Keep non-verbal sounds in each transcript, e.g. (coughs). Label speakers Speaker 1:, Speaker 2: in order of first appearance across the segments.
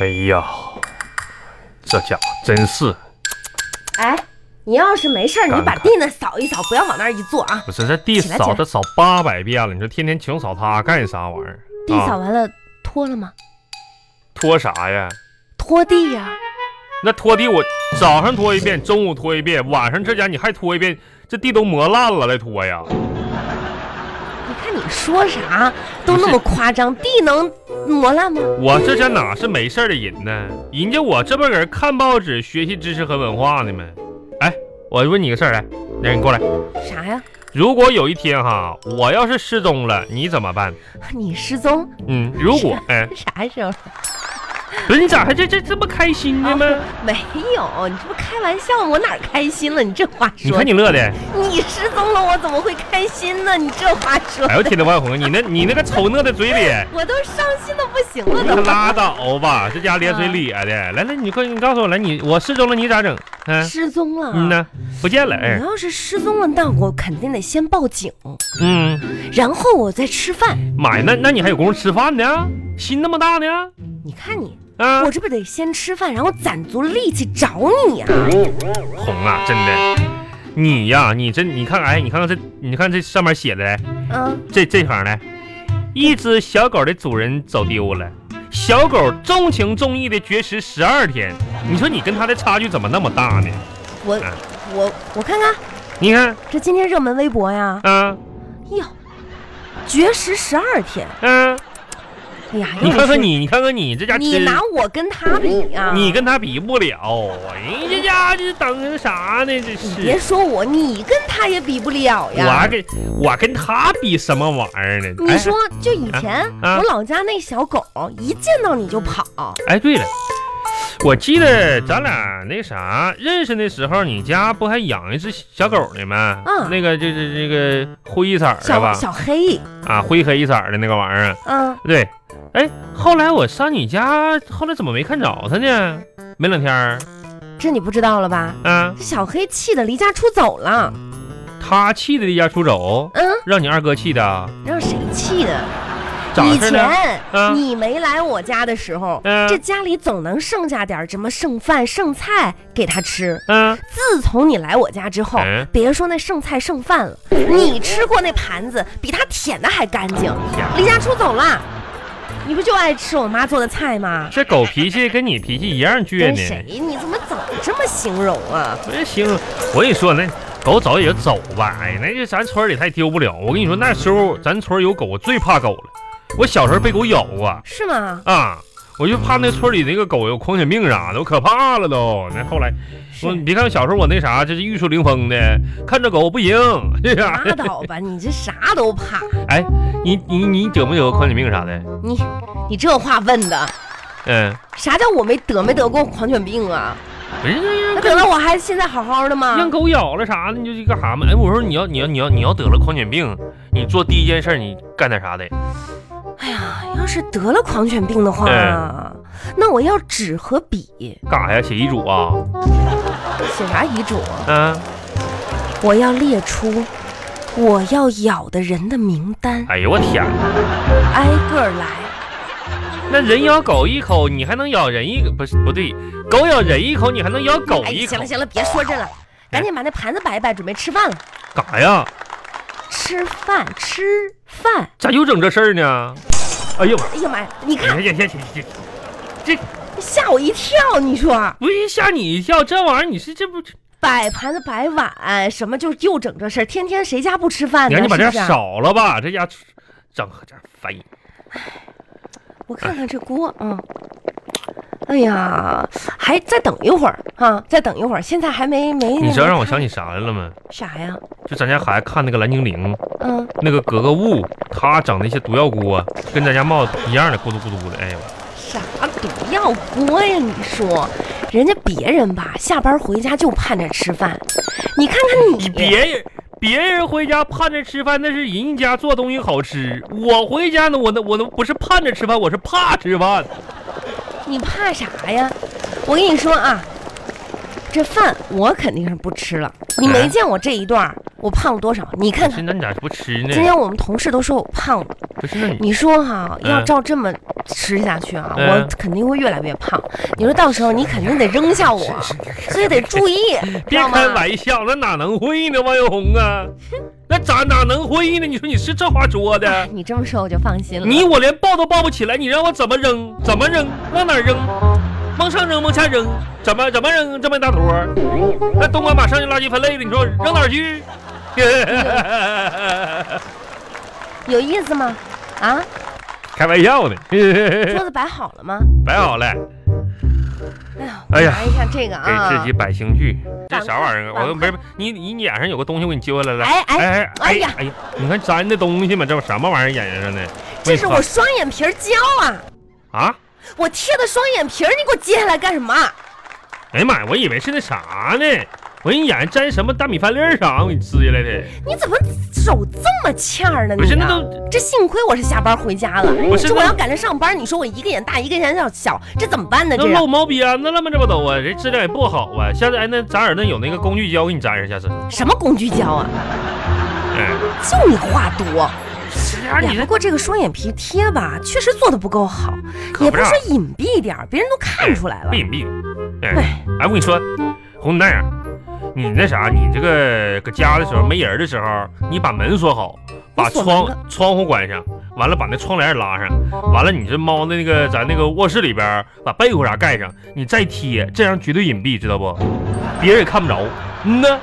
Speaker 1: 哎呀，这家伙真是，
Speaker 2: 哎，你要是没事儿，你就把
Speaker 1: 感慨
Speaker 2: 地那扫一扫，不要往那儿一坐啊。
Speaker 1: 不是这地
Speaker 2: 起来起
Speaker 1: 扫
Speaker 2: 来
Speaker 1: 他扫八百遍了，你说天天穷扫他干啥玩意儿？
Speaker 2: 地扫
Speaker 1: 啊、
Speaker 2: 完了，拖了吗？
Speaker 1: 拖啥呀？
Speaker 2: 拖地呀、
Speaker 1: 那拖地我早上拖一遍，中午拖一遍，晚上这家你还拖一遍，这地都磨烂了再拖呀？
Speaker 2: 你看你说啥都那么夸张，地能磨烂吗？
Speaker 1: 我这家哪是没事儿的人呢？人家我这不搁这看报纸、学习知识和文化呢吗？哎，我问你个事儿，来，哎那你过来。
Speaker 2: 啥呀？
Speaker 1: 如果有一天哈，我要是失踪了，你怎么办？
Speaker 2: 你失踪
Speaker 1: 嗯，如果哎，
Speaker 2: 啥时候？
Speaker 1: 不是你咋还这这这么开心呢吗？
Speaker 2: 没有，你这不开玩笑吗？我哪儿开心了？你这话
Speaker 1: 你
Speaker 2: 说
Speaker 1: 看你
Speaker 2: 的，
Speaker 1: 乐的，
Speaker 2: 你失踪了，我怎么会开心呢？你这话说
Speaker 1: 哎呦
Speaker 2: 的，
Speaker 1: 天呐，万红，你那你那个丑讷的嘴脸，
Speaker 2: 我都伤心的不行了
Speaker 1: 你
Speaker 2: 都。
Speaker 1: 可拉倒吧，这家咧嘴咧的。来来，你快你告诉我，来你我失踪了，你咋整？嗯、
Speaker 2: 失踪了。
Speaker 1: 嗯呢，不见了，哎
Speaker 2: 你，要是失踪了，那我肯定得先报警，
Speaker 1: 嗯。
Speaker 2: 然后我再吃饭。
Speaker 1: 妈呀，那那你还有功夫吃饭呢？心那么大呢？
Speaker 2: 你看你，
Speaker 1: 啊
Speaker 2: 我，这不得先吃饭，然后攒足力气找你呀、
Speaker 1: 红啊，真的，你呀、你这你看，哎，你看看这，你看这上面写的，
Speaker 2: 嗯，
Speaker 1: 这这行呢，一只小狗的主人走丢了，小狗重情重义的绝食十二天，你说你跟它的差距怎么那么大呢？
Speaker 2: 我
Speaker 1: 啊
Speaker 2: 我我看看
Speaker 1: 你看
Speaker 2: 这今天热门微博呀，
Speaker 1: 啊，
Speaker 2: 哟，绝食十二天，
Speaker 1: 嗯、
Speaker 2: 哎呀，
Speaker 1: 你看
Speaker 2: 要是
Speaker 1: 看你，你看看你这家吃
Speaker 2: 你，拿我跟他比啊，
Speaker 1: 你跟它比不了，人家家这等啥呢？这
Speaker 2: 你
Speaker 1: 是。
Speaker 2: 别说我，你跟他也比不了
Speaker 1: 我啊还
Speaker 2: 呀。
Speaker 1: 跟我跟他比什么玩意儿呢？哎
Speaker 2: 你说，就以前
Speaker 1: 啊
Speaker 2: 我老家那小狗，一见到你就跑，
Speaker 1: 哎，哎，对了，我记得咱俩那啥认识的时候，你家不还养一只小狗呢吗？
Speaker 2: 嗯
Speaker 1: 那个就是这个灰色儿的
Speaker 2: 小
Speaker 1: 吧？
Speaker 2: 小黑，
Speaker 1: 啊，灰黑色儿的那个玩意儿。啊
Speaker 2: 嗯，
Speaker 1: 对，哎，后来我上你家，后来怎么没看着它呢？没两天儿
Speaker 2: 这你不知道了吧？
Speaker 1: 啊，
Speaker 2: 这小黑气得离家出走了，
Speaker 1: 他气的离家出走，
Speaker 2: 嗯，
Speaker 1: 让你二哥气的啊，
Speaker 2: 让谁气的？
Speaker 1: 咋
Speaker 2: 以
Speaker 1: 回事呢？
Speaker 2: 前、
Speaker 1: 啊
Speaker 2: 你没来我家的时候，
Speaker 1: 嗯
Speaker 2: 这家里总能剩下点儿什么剩饭剩菜给他吃。
Speaker 1: 嗯，
Speaker 2: 自从你来我家之后，
Speaker 1: 嗯
Speaker 2: 别说那剩菜剩饭了，你吃过那盘子比他舔的还干净。离家出走了，你不就爱吃我妈做的菜吗？
Speaker 1: 这狗脾气跟你脾气一样倔
Speaker 2: 跟
Speaker 1: 呢。
Speaker 2: 谁？你怎么总这么形容啊？
Speaker 1: 不是哎行，我跟你说，那狗走也就走吧。哎，那就咱村里太丢不了。我跟你说，那时候咱村有狗，我最怕狗了。我小时候被狗咬过
Speaker 2: 是吗？
Speaker 1: 啊，我就怕那村里那个狗有狂犬病啥的，我可怕了都。那后来，我你
Speaker 2: 是。啊
Speaker 1: 别看我小时候我那啥，就是玉树临风的，看着狗不行。这啥？
Speaker 2: 拉倒吧，你这啥都怕，
Speaker 1: (laughs) 哎，你你你得没得过狂犬病啥的？
Speaker 2: 你你这话问的，
Speaker 1: 嗯，
Speaker 2: 啥叫我没得没得过狂犬病啊？
Speaker 1: 不是
Speaker 2: 那
Speaker 1: 让
Speaker 2: 等
Speaker 1: 狗
Speaker 2: 到我还现在好好的吗？
Speaker 1: 让狗咬了啥的，你就去干啥嘛？哎，我说你要你要你要你要得了狂犬病，你做第一件事儿你干点啥得？
Speaker 2: 哎呀，要是得了狂犬病的话，
Speaker 1: 哎
Speaker 2: 那我要纸和笔，
Speaker 1: 干啥呀？写遗嘱啊？
Speaker 2: 写啥遗嘱啊？
Speaker 1: 嗯，
Speaker 2: 我要列出我要咬的人的名单，
Speaker 1: 哎呦我天，哎
Speaker 2: 挨个儿来。
Speaker 1: 那人咬狗一口，你还能咬人一不是不对，狗咬人一口，你还能咬狗
Speaker 2: 哎，
Speaker 1: 一口哎
Speaker 2: 行了，行了，别说这了，赶紧把那盘子摆一摆，准备吃饭了。
Speaker 1: 干啥呀？
Speaker 2: 吃饭，吃饭。
Speaker 1: 咋又整这事儿呢？哎呦，
Speaker 2: 哎呀妈呀，你
Speaker 1: 哎呀
Speaker 2: 看
Speaker 1: 呀呀呀呀！
Speaker 2: 吓我一跳，你说
Speaker 1: 不是吓你一跳，这玩意儿你是这不？
Speaker 2: 摆盘子摆碗什么就又整这事儿，天天谁家不吃饭
Speaker 1: 你
Speaker 2: 呢？
Speaker 1: 赶紧把这
Speaker 2: 是不是啊
Speaker 1: 少了吧，这家整这烦人。
Speaker 2: 我看看这锅，嗯，哎呀，还再等一会儿啊，再等一会儿，现在还没没。
Speaker 1: 你知道让我想
Speaker 2: 起
Speaker 1: 起啥来了吗？
Speaker 2: 啥呀？
Speaker 1: 就咱家孩子看那个蓝精灵，
Speaker 2: 嗯，
Speaker 1: 那个格格巫，他整那些毒药锅，跟咱家帽子一样的，咕嘟咕嘟的。哎呦，
Speaker 2: 啥毒药锅呀？你说，人家别人吧，下班回家就盼着吃饭，你看看你，
Speaker 1: 别人别人回家盼着吃饭，那是人家做东西好吃。我回家呢，我那我那不是盼着吃饭，我是怕吃饭。
Speaker 2: 你怕啥呀？我
Speaker 1: 哎
Speaker 2: 跟你说啊，这饭我肯定是不吃了。你没见我这一段儿我胖了多少？你看
Speaker 1: 不是，，
Speaker 2: 看
Speaker 1: 那你咋不吃呢
Speaker 2: 今？天我们同事都说我胖了。
Speaker 1: 不是，那你
Speaker 2: 你说哈，
Speaker 1: 嗯
Speaker 2: 要照这么吃下去啊，
Speaker 1: 嗯
Speaker 2: 我肯定会越来越胖。你说到时候你肯定得扔下我，所以得注意，知
Speaker 1: (laughs) 别
Speaker 2: 道
Speaker 1: 开
Speaker 2: 吗？
Speaker 1: 玩笑，那哪能会呢？王永红啊，那咋哪能会呢？你说你是这话说的，
Speaker 2: 你这么说我就放心了。
Speaker 1: 你我连抱都抱不起来，你让我怎么扔？怎么扔？往哪扔？往上扔，往下扔？怎么怎么扔？这么一大坨儿，那东莞马上就垃圾分类了，你说扔哪儿去？ (laughs)
Speaker 2: 有意思吗？啊，
Speaker 1: 哎开玩笑
Speaker 2: (laughs)
Speaker 1: 呢，
Speaker 2: 桌子摆好了吗？
Speaker 1: 摆好了，
Speaker 2: 哎呀，
Speaker 1: 哎呀
Speaker 2: 我拿一下这个
Speaker 1: 给自
Speaker 2: 啊
Speaker 1: 己，摆兴趣。这
Speaker 2: 板
Speaker 1: 啥玩意儿啊？
Speaker 2: 块
Speaker 1: 我没你你你脸上有个东西，我给你揪下来来。
Speaker 2: 哎哎
Speaker 1: 哎
Speaker 2: 哎呀
Speaker 1: 哎呀！你看粘的东西嘛，这什么玩意儿眼睛上的？
Speaker 2: 这是
Speaker 1: 没法
Speaker 2: 我双眼皮儿胶啊，
Speaker 1: 啊！
Speaker 2: 我贴的双眼皮儿，你给我揭下来干什么？啊
Speaker 1: 哎呀妈呀，我以为是那啥呢，我一眼沾什么大米饭粒儿啥，我给你撕下来的。
Speaker 2: 你怎么手这么欠儿呢？
Speaker 1: 不是
Speaker 2: 你
Speaker 1: 那
Speaker 2: 啊，
Speaker 1: 都
Speaker 2: 这幸亏我是下班回家了，
Speaker 1: 不是
Speaker 2: 这我
Speaker 1: 那
Speaker 2: 要赶着上班，你说我一个眼大一个眼小，这怎么办呢？
Speaker 1: 那
Speaker 2: 这样
Speaker 1: 露毛边子了吗？这不都啊？这质量也不好啊。下次哎，那咱俩那有那个工具胶，给你粘上。下次，
Speaker 2: 什么工具胶啊？
Speaker 1: 哎，
Speaker 2: 就你话多。
Speaker 1: 是啊，
Speaker 2: 哎
Speaker 1: 你
Speaker 2: 呀，不
Speaker 1: 这
Speaker 2: 过这个双眼皮贴吧，确实做的不够好，
Speaker 1: 可
Speaker 2: 也
Speaker 1: 不
Speaker 2: 不
Speaker 1: 是
Speaker 2: 是
Speaker 1: 啊
Speaker 2: 说隐蔽一点儿，别人都看出来了
Speaker 1: 不。隐蔽。哎，
Speaker 2: 哎，
Speaker 1: 哎，我跟你说，红那样，你那啥，你这个搁家的时候没人的时候，你把门锁好，把
Speaker 2: 我锁
Speaker 1: 窗
Speaker 2: 门
Speaker 1: 窗户关上，完了把那窗帘拉上，完了你这猫的那个咱那个卧室里边把被褥啥盖上，你再贴，这样绝对隐蔽，知道不？别人也看不着。嗯呐，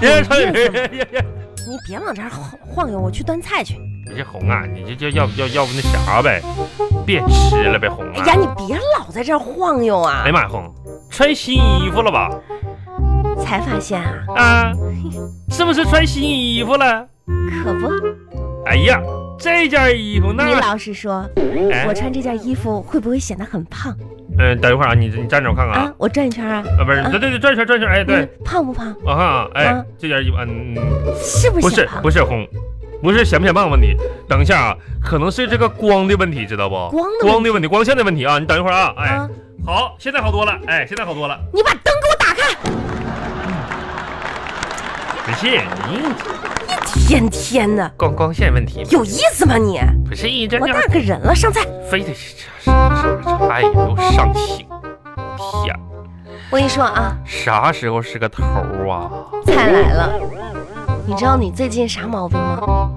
Speaker 1: 人家穿 (laughs)
Speaker 2: 有意思吗
Speaker 1: 人家
Speaker 2: 你别往这儿晃晃悠，我去端菜去。
Speaker 1: 你这红啊，你这要要要要不那啥呗，别吃了呗，红
Speaker 2: 哎
Speaker 1: 啊
Speaker 2: 呀，！你别老在这儿晃悠啊
Speaker 1: 哎呀！妈呀，红，穿新衣服了吧？
Speaker 2: 才发现啊，
Speaker 1: 啊，是不是穿新衣服了？
Speaker 2: 可不，
Speaker 1: 哎呀，这件衣服那
Speaker 2: 你老实说，
Speaker 1: 哎
Speaker 2: 我穿这件衣服会不会显得很胖
Speaker 1: 嗯，等一会儿啊，你你站着我看看啊
Speaker 2: 啊，？我转一圈啊，
Speaker 1: 啊，不是，
Speaker 2: 啊
Speaker 1: 对对对，转一圈转一圈，哎，对
Speaker 2: 嗯，，胖不胖？
Speaker 1: 我看啊，哎
Speaker 2: 啊，
Speaker 1: 这件衣服，嗯，嗯
Speaker 2: 是不
Speaker 1: 不
Speaker 2: 是
Speaker 1: 是
Speaker 2: 显胖？
Speaker 1: 不是红，不是显不显胖问题，等一下啊，可能是这个光的问题，知道不？光
Speaker 2: 光的问题
Speaker 1: 的问题，光线的问题啊，你等一会儿啊，哎
Speaker 2: 啊，，
Speaker 1: 好，现在好多了，哎，现在好多了，
Speaker 2: 你把灯给我打开！
Speaker 1: 不是，嗯，
Speaker 2: 天天的，
Speaker 1: 光光线问题嘛，
Speaker 2: 有意思吗你？
Speaker 1: 不是一这
Speaker 2: 我
Speaker 1: 这
Speaker 2: 大个人了，上菜。
Speaker 1: 非得是这这这这，哎呦，上刑，天，
Speaker 2: 我跟你说啊，
Speaker 1: 啥时候是个头儿啊？
Speaker 2: 菜来了，你知道你最近啥毛病吗？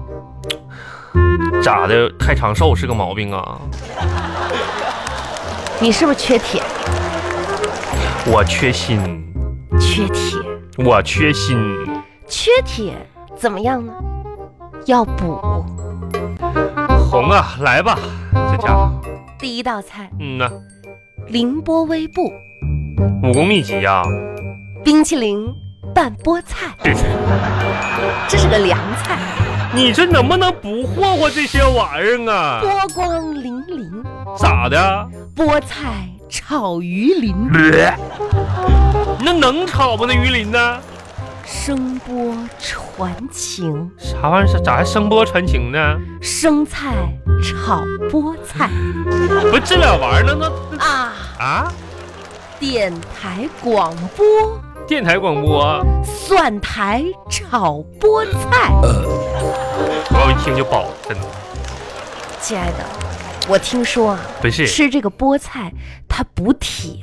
Speaker 1: 咋的？太长寿是个毛病啊？
Speaker 2: 你是不是缺铁？
Speaker 1: 我缺锌，
Speaker 2: 缺铁，
Speaker 1: 我缺锌，
Speaker 2: 缺铁怎么样呢？要补。
Speaker 1: 红啊，来吧，这家伙，
Speaker 2: 第一道菜，
Speaker 1: 嗯呐，
Speaker 2: 凌波微步
Speaker 1: 武功秘籍呀、
Speaker 2: 冰淇淋拌菠菜，
Speaker 1: 这是
Speaker 2: 这是个凉菜，
Speaker 1: 你这能不能不霍霍这些玩意儿啊？
Speaker 2: 波光粼粼，
Speaker 1: 咋的？
Speaker 2: 菠菜炒鱼鳞，
Speaker 1: 呃那能炒吗？那鱼鳞呢？
Speaker 2: 声波传情，
Speaker 1: 啥玩意儿？咋还声波传情呢？
Speaker 2: 生菜炒菠菜
Speaker 1: 不是这俩玩意儿，那那
Speaker 2: 啊！
Speaker 1: 啊？
Speaker 2: 电台广播。
Speaker 1: 电台广播，
Speaker 2: 蒜苔炒菠菜。
Speaker 1: 我一听就饱，真的
Speaker 2: 亲爱的，我听说啊，
Speaker 1: 不是。
Speaker 2: 吃这个菠菜它补铁，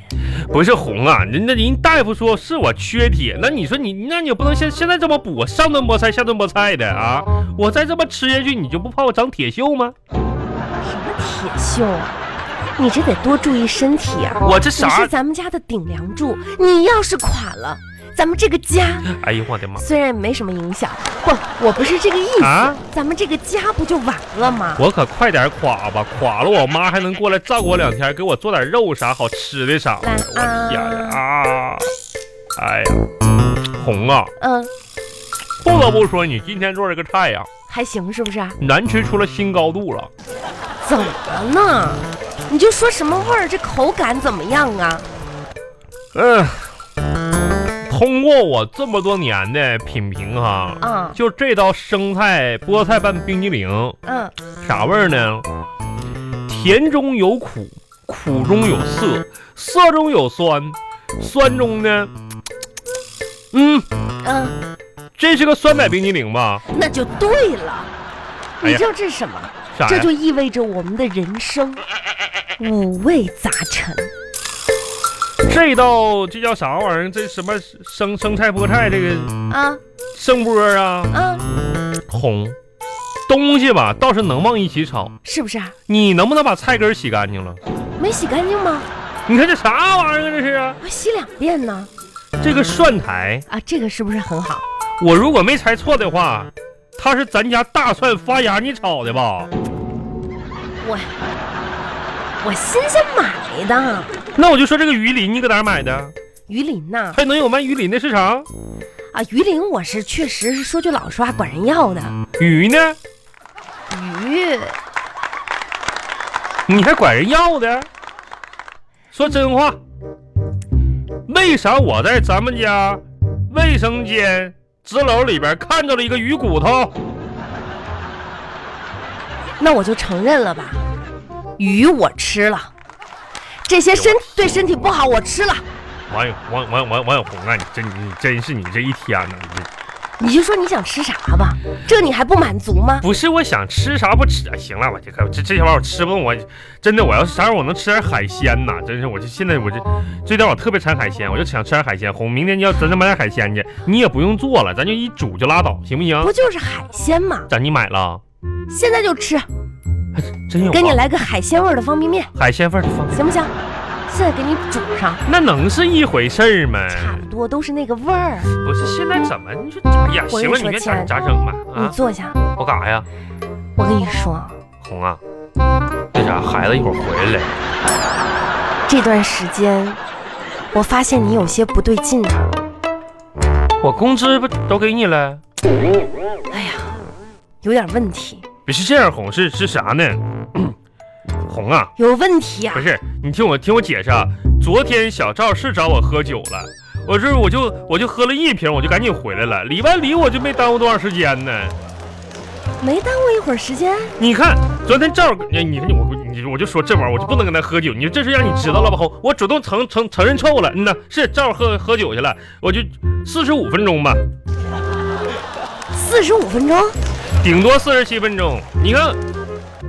Speaker 1: 不是红啊，人那人大夫说是我缺铁，那你说你那你也不能现现在这么补啊，上顿菠菜下顿菠菜的啊，我再这么吃下去，你就不怕我长铁锈吗？
Speaker 2: 什么铁锈啊？你这得多注意身体啊！
Speaker 1: 我这
Speaker 2: 你
Speaker 1: 啥
Speaker 2: 是？咱们家的顶梁柱，你要是垮了，咱们这个家
Speaker 1: 哎呦我的 (laughs) 妈！
Speaker 2: 虽然没什么影响，不，我不是这个意思，
Speaker 1: 啊
Speaker 2: 咱们这个家不就完了吗？
Speaker 1: 我可快点垮吧，垮了我妈还能过来照顾我两天，给我做点肉啥好吃的啥的。
Speaker 2: 来
Speaker 1: 我
Speaker 2: 啊
Speaker 1: 天呀啊！哎呀，红啊，
Speaker 2: 嗯，
Speaker 1: 不得不说你今天做这个菜呀、
Speaker 2: 还行是不是啊？
Speaker 1: 难吃出了新高度了。
Speaker 2: 怎么了呢？你就说什么味儿，这口感怎么样啊？
Speaker 1: 嗯，通过我这么多年的品评哈，
Speaker 2: 啊，
Speaker 1: 就这道生菜菠菜拌冰激凌，
Speaker 2: 嗯，
Speaker 1: 啥味儿呢？甜中有苦，苦中有涩，涩中有酸，酸中呢，嗯，
Speaker 2: 嗯。
Speaker 1: 真是个酸奶冰激凌吧？
Speaker 2: 那就对了。
Speaker 1: 哎
Speaker 2: 你
Speaker 1: 呀
Speaker 2: 知道这是什么？
Speaker 1: 啥
Speaker 2: 这
Speaker 1: 呀
Speaker 2: 就？意味着我们的人生五味杂陈。
Speaker 1: 这道这叫啥玩意儿？这什么生生菜菠菜这个
Speaker 2: 啊
Speaker 1: 生波啊？
Speaker 2: 啊，
Speaker 1: 红东西吧倒是能往一起炒，
Speaker 2: 是不是啊？
Speaker 1: 你能不能把菜根儿洗干净了？
Speaker 2: 没洗干净吗？
Speaker 1: 你看这啥玩意儿啊？这是啊
Speaker 2: 我洗两遍呢。
Speaker 1: 这个蒜苔，
Speaker 2: 啊，这个是不是很好？
Speaker 1: 我如果没猜错的话，它是咱家大蒜发芽你炒的吧？
Speaker 2: 我我新鲜买的
Speaker 1: 那我就说这个鱼鳞你搁哪儿买的？
Speaker 2: 鱼鳞呐
Speaker 1: 还能有卖鱼鳞的市场？
Speaker 2: 啊，鱼鳞我是确实是说句老实话，管人要的
Speaker 1: 鱼呢？
Speaker 2: 鱼。
Speaker 1: 你还管人要的？说真话，为啥我在咱们家卫生间纸篓里边看到了一个鱼骨头？
Speaker 2: 那我就承认了吧，鱼我吃了，这些身对身体不好我吃了。
Speaker 1: 王永王王王王永红啊，你真你真是你这一天呐、你这
Speaker 2: 你就说你想吃啥吧，这你还不满足吗？
Speaker 1: 不是我想吃啥不吃？哎，行了，我这个这这些玩意儿我吃不动，我真的我要是啥时候我能吃点海鲜呐、真是我这现在我这这点我特别馋海鲜，我就想吃点海鲜。红，明天你要咱再买点海鲜去，你也不用做了，咱就一煮就拉倒，行不行？
Speaker 2: 不就是海鲜吗？
Speaker 1: 咱你买了，
Speaker 2: 现在就吃，
Speaker 1: 真有、啊。
Speaker 2: 给你来个海鲜味儿的方便面，
Speaker 1: 海鲜味儿的方便，
Speaker 2: 行不行？现在给你煮上，
Speaker 1: 那能是一回事儿吗？
Speaker 2: 差不多都是那个味儿。
Speaker 1: 不是现在怎么你说哎呀？
Speaker 2: 我
Speaker 1: 行
Speaker 2: 跟
Speaker 1: 了，
Speaker 2: 你
Speaker 1: 你
Speaker 2: 说
Speaker 1: 别
Speaker 2: 亲爱
Speaker 1: 咋
Speaker 2: 的嗯
Speaker 1: 咋整吧
Speaker 2: 你
Speaker 1: 啊！
Speaker 2: 坐下，
Speaker 1: 我干啥呀？
Speaker 2: 我跟你说，
Speaker 1: 红啊，那啥孩子一会儿回来，
Speaker 2: 这段时间我发现你有些不对劲了。
Speaker 1: 我工资不都给你了？
Speaker 2: 哎呀，有点问题，
Speaker 1: 不是这样，红是是啥呢？ (coughs) 红啊，
Speaker 2: 有问题啊
Speaker 1: 不！是你听我听我解释啊。昨天小赵是找我喝酒了，我这我就我就喝了一瓶，我就赶紧回来了。里外里我就没耽误多长时间呢。
Speaker 2: 没耽误一会儿时间，
Speaker 1: 你看，昨天赵，你你看我你我就说这玩意儿，我就不能跟他喝酒。你这是让你知道了吧？后我主动承承承认错误了。嗯呐，是赵喝喝酒去了，我就四十五分钟吧，
Speaker 2: 四十五分钟，
Speaker 1: 顶多四十七分钟。你看，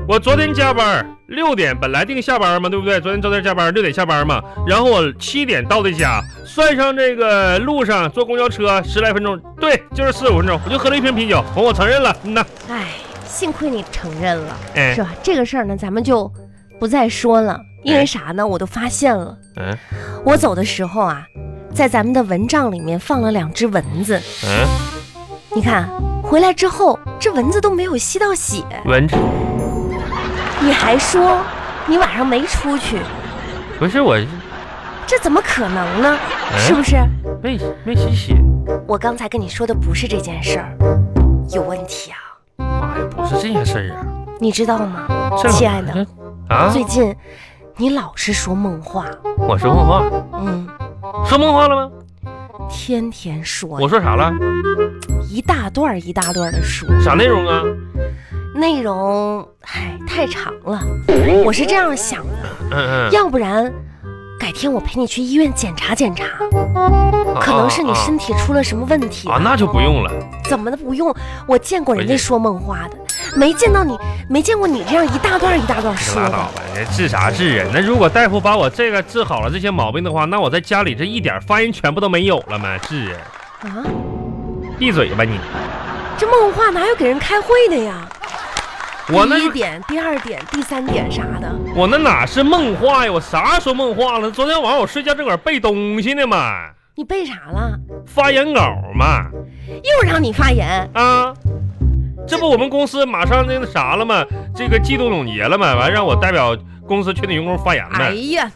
Speaker 1: 我昨天加班六点，本来定下班嘛，对不对？昨天周天加班六点下班嘛，然后我七点到的家，算上这个路上坐公交车十来分钟，对，就是四十五分钟，我就喝了一瓶啤酒。我承认了，嗯呐，
Speaker 2: 哎，幸亏你承认了，
Speaker 1: 哎
Speaker 2: 是，吧？这个事儿呢，咱们就不再说了，因为
Speaker 1: 哎
Speaker 2: 啥呢？我都发现了，
Speaker 1: 嗯
Speaker 2: 我走的时候啊，在咱们的蚊帐里面放了两只蚊子，
Speaker 1: 嗯，
Speaker 2: 你看回来之后，这蚊子都没有吸到血，
Speaker 1: 蚊子
Speaker 2: 你还说你晚上没出去，
Speaker 1: 不是我，
Speaker 2: 这怎么可能呢？
Speaker 1: 嗯
Speaker 2: 是不是？
Speaker 1: 没没吸血。
Speaker 2: 我刚才跟你说的不是这件事儿，有问题啊，
Speaker 1: 妈呀，不是这些事儿啊！
Speaker 2: 你知道吗？
Speaker 1: 这
Speaker 2: 亲爱的，
Speaker 1: 啊，
Speaker 2: 最近你老是说梦话，
Speaker 1: 我说梦话，
Speaker 2: 嗯，
Speaker 1: 说梦话了吗？
Speaker 2: 天天说
Speaker 1: 我说啥了？
Speaker 2: 一大段儿一大段儿的说，
Speaker 1: 啥内容啊？
Speaker 2: 内容唉太长了。我是这样想的，
Speaker 1: 嗯嗯，
Speaker 2: 要不然改天我陪你去医院检查检查，
Speaker 1: 啊
Speaker 2: 可能是你
Speaker 1: 啊
Speaker 2: 身体出了什么问题
Speaker 1: 啊，。那就不用了。
Speaker 2: 怎么的不用？我见过人
Speaker 1: 回
Speaker 2: 家
Speaker 1: 去
Speaker 2: 说梦话的，没见到你，没见过你这样一大段儿一大段儿
Speaker 1: 你
Speaker 2: 说
Speaker 1: 拉
Speaker 2: 的。
Speaker 1: 倒吧，你治啥治啊？那如果大夫把我这个治好了这些毛病的话，那我在家里这一点发言权不都没有了吗？治啊，
Speaker 2: 啊，
Speaker 1: 闭嘴吧你！
Speaker 2: 这梦话哪有给人开会的呀？
Speaker 1: 我那
Speaker 2: 第一点、第二点、第三点啥的，
Speaker 1: 我那哪是梦话呀？我啥说梦话了？昨天晚上我睡觉正搁那背东西呢嘛，
Speaker 2: 你背啥了？
Speaker 1: 发言稿嘛。
Speaker 2: 又让你发言，
Speaker 1: 啊，这不我们公司马上那个啥了吗？这个季度总结了吗？完让我代表公司全体员工发言
Speaker 2: 哎
Speaker 1: 呗。
Speaker 2: 呀，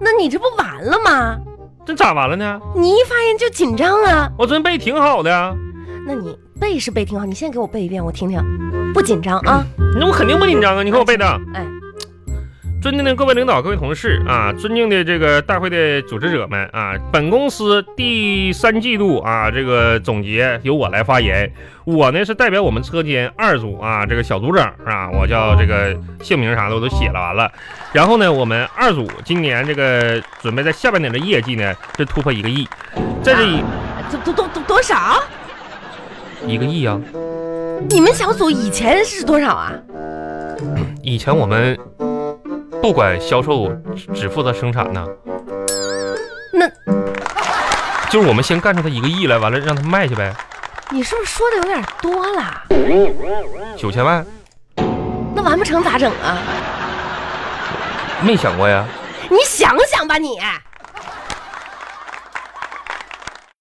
Speaker 2: 那你这不完了吗？
Speaker 1: 这咋完了呢？
Speaker 2: 你一发言就紧张啊。
Speaker 1: 我准备挺好的呀，
Speaker 2: 那你背是背挺好，你现在给我背一遍，我听听，不紧张啊。
Speaker 1: 那我肯定不紧张啊。你看我背的。
Speaker 2: 哎，
Speaker 1: 尊敬的各位领导、各位同事啊，尊敬的这个大会的组织者们啊，本公司第三季度啊这个总结由我来发言。我呢是代表我们车间二组啊这个小组长啊，我叫这个姓名啥的我都写了完了。然后呢，我们二组今年这个准备在下半年的业绩呢是突破一个亿，在这里
Speaker 2: 多多多多多少？
Speaker 1: 一个亿啊呀、
Speaker 2: 你们小组以前是多少啊？
Speaker 1: 以前我们不管销售，只只负责生产呢。
Speaker 2: 那
Speaker 1: 就是我们先干出他一个亿来，完了让他卖去呗，
Speaker 2: 你是不是说的有点多了？
Speaker 1: 九千万
Speaker 2: 那完不成咋整啊？
Speaker 1: 没想过呀？
Speaker 2: 你想想吧你，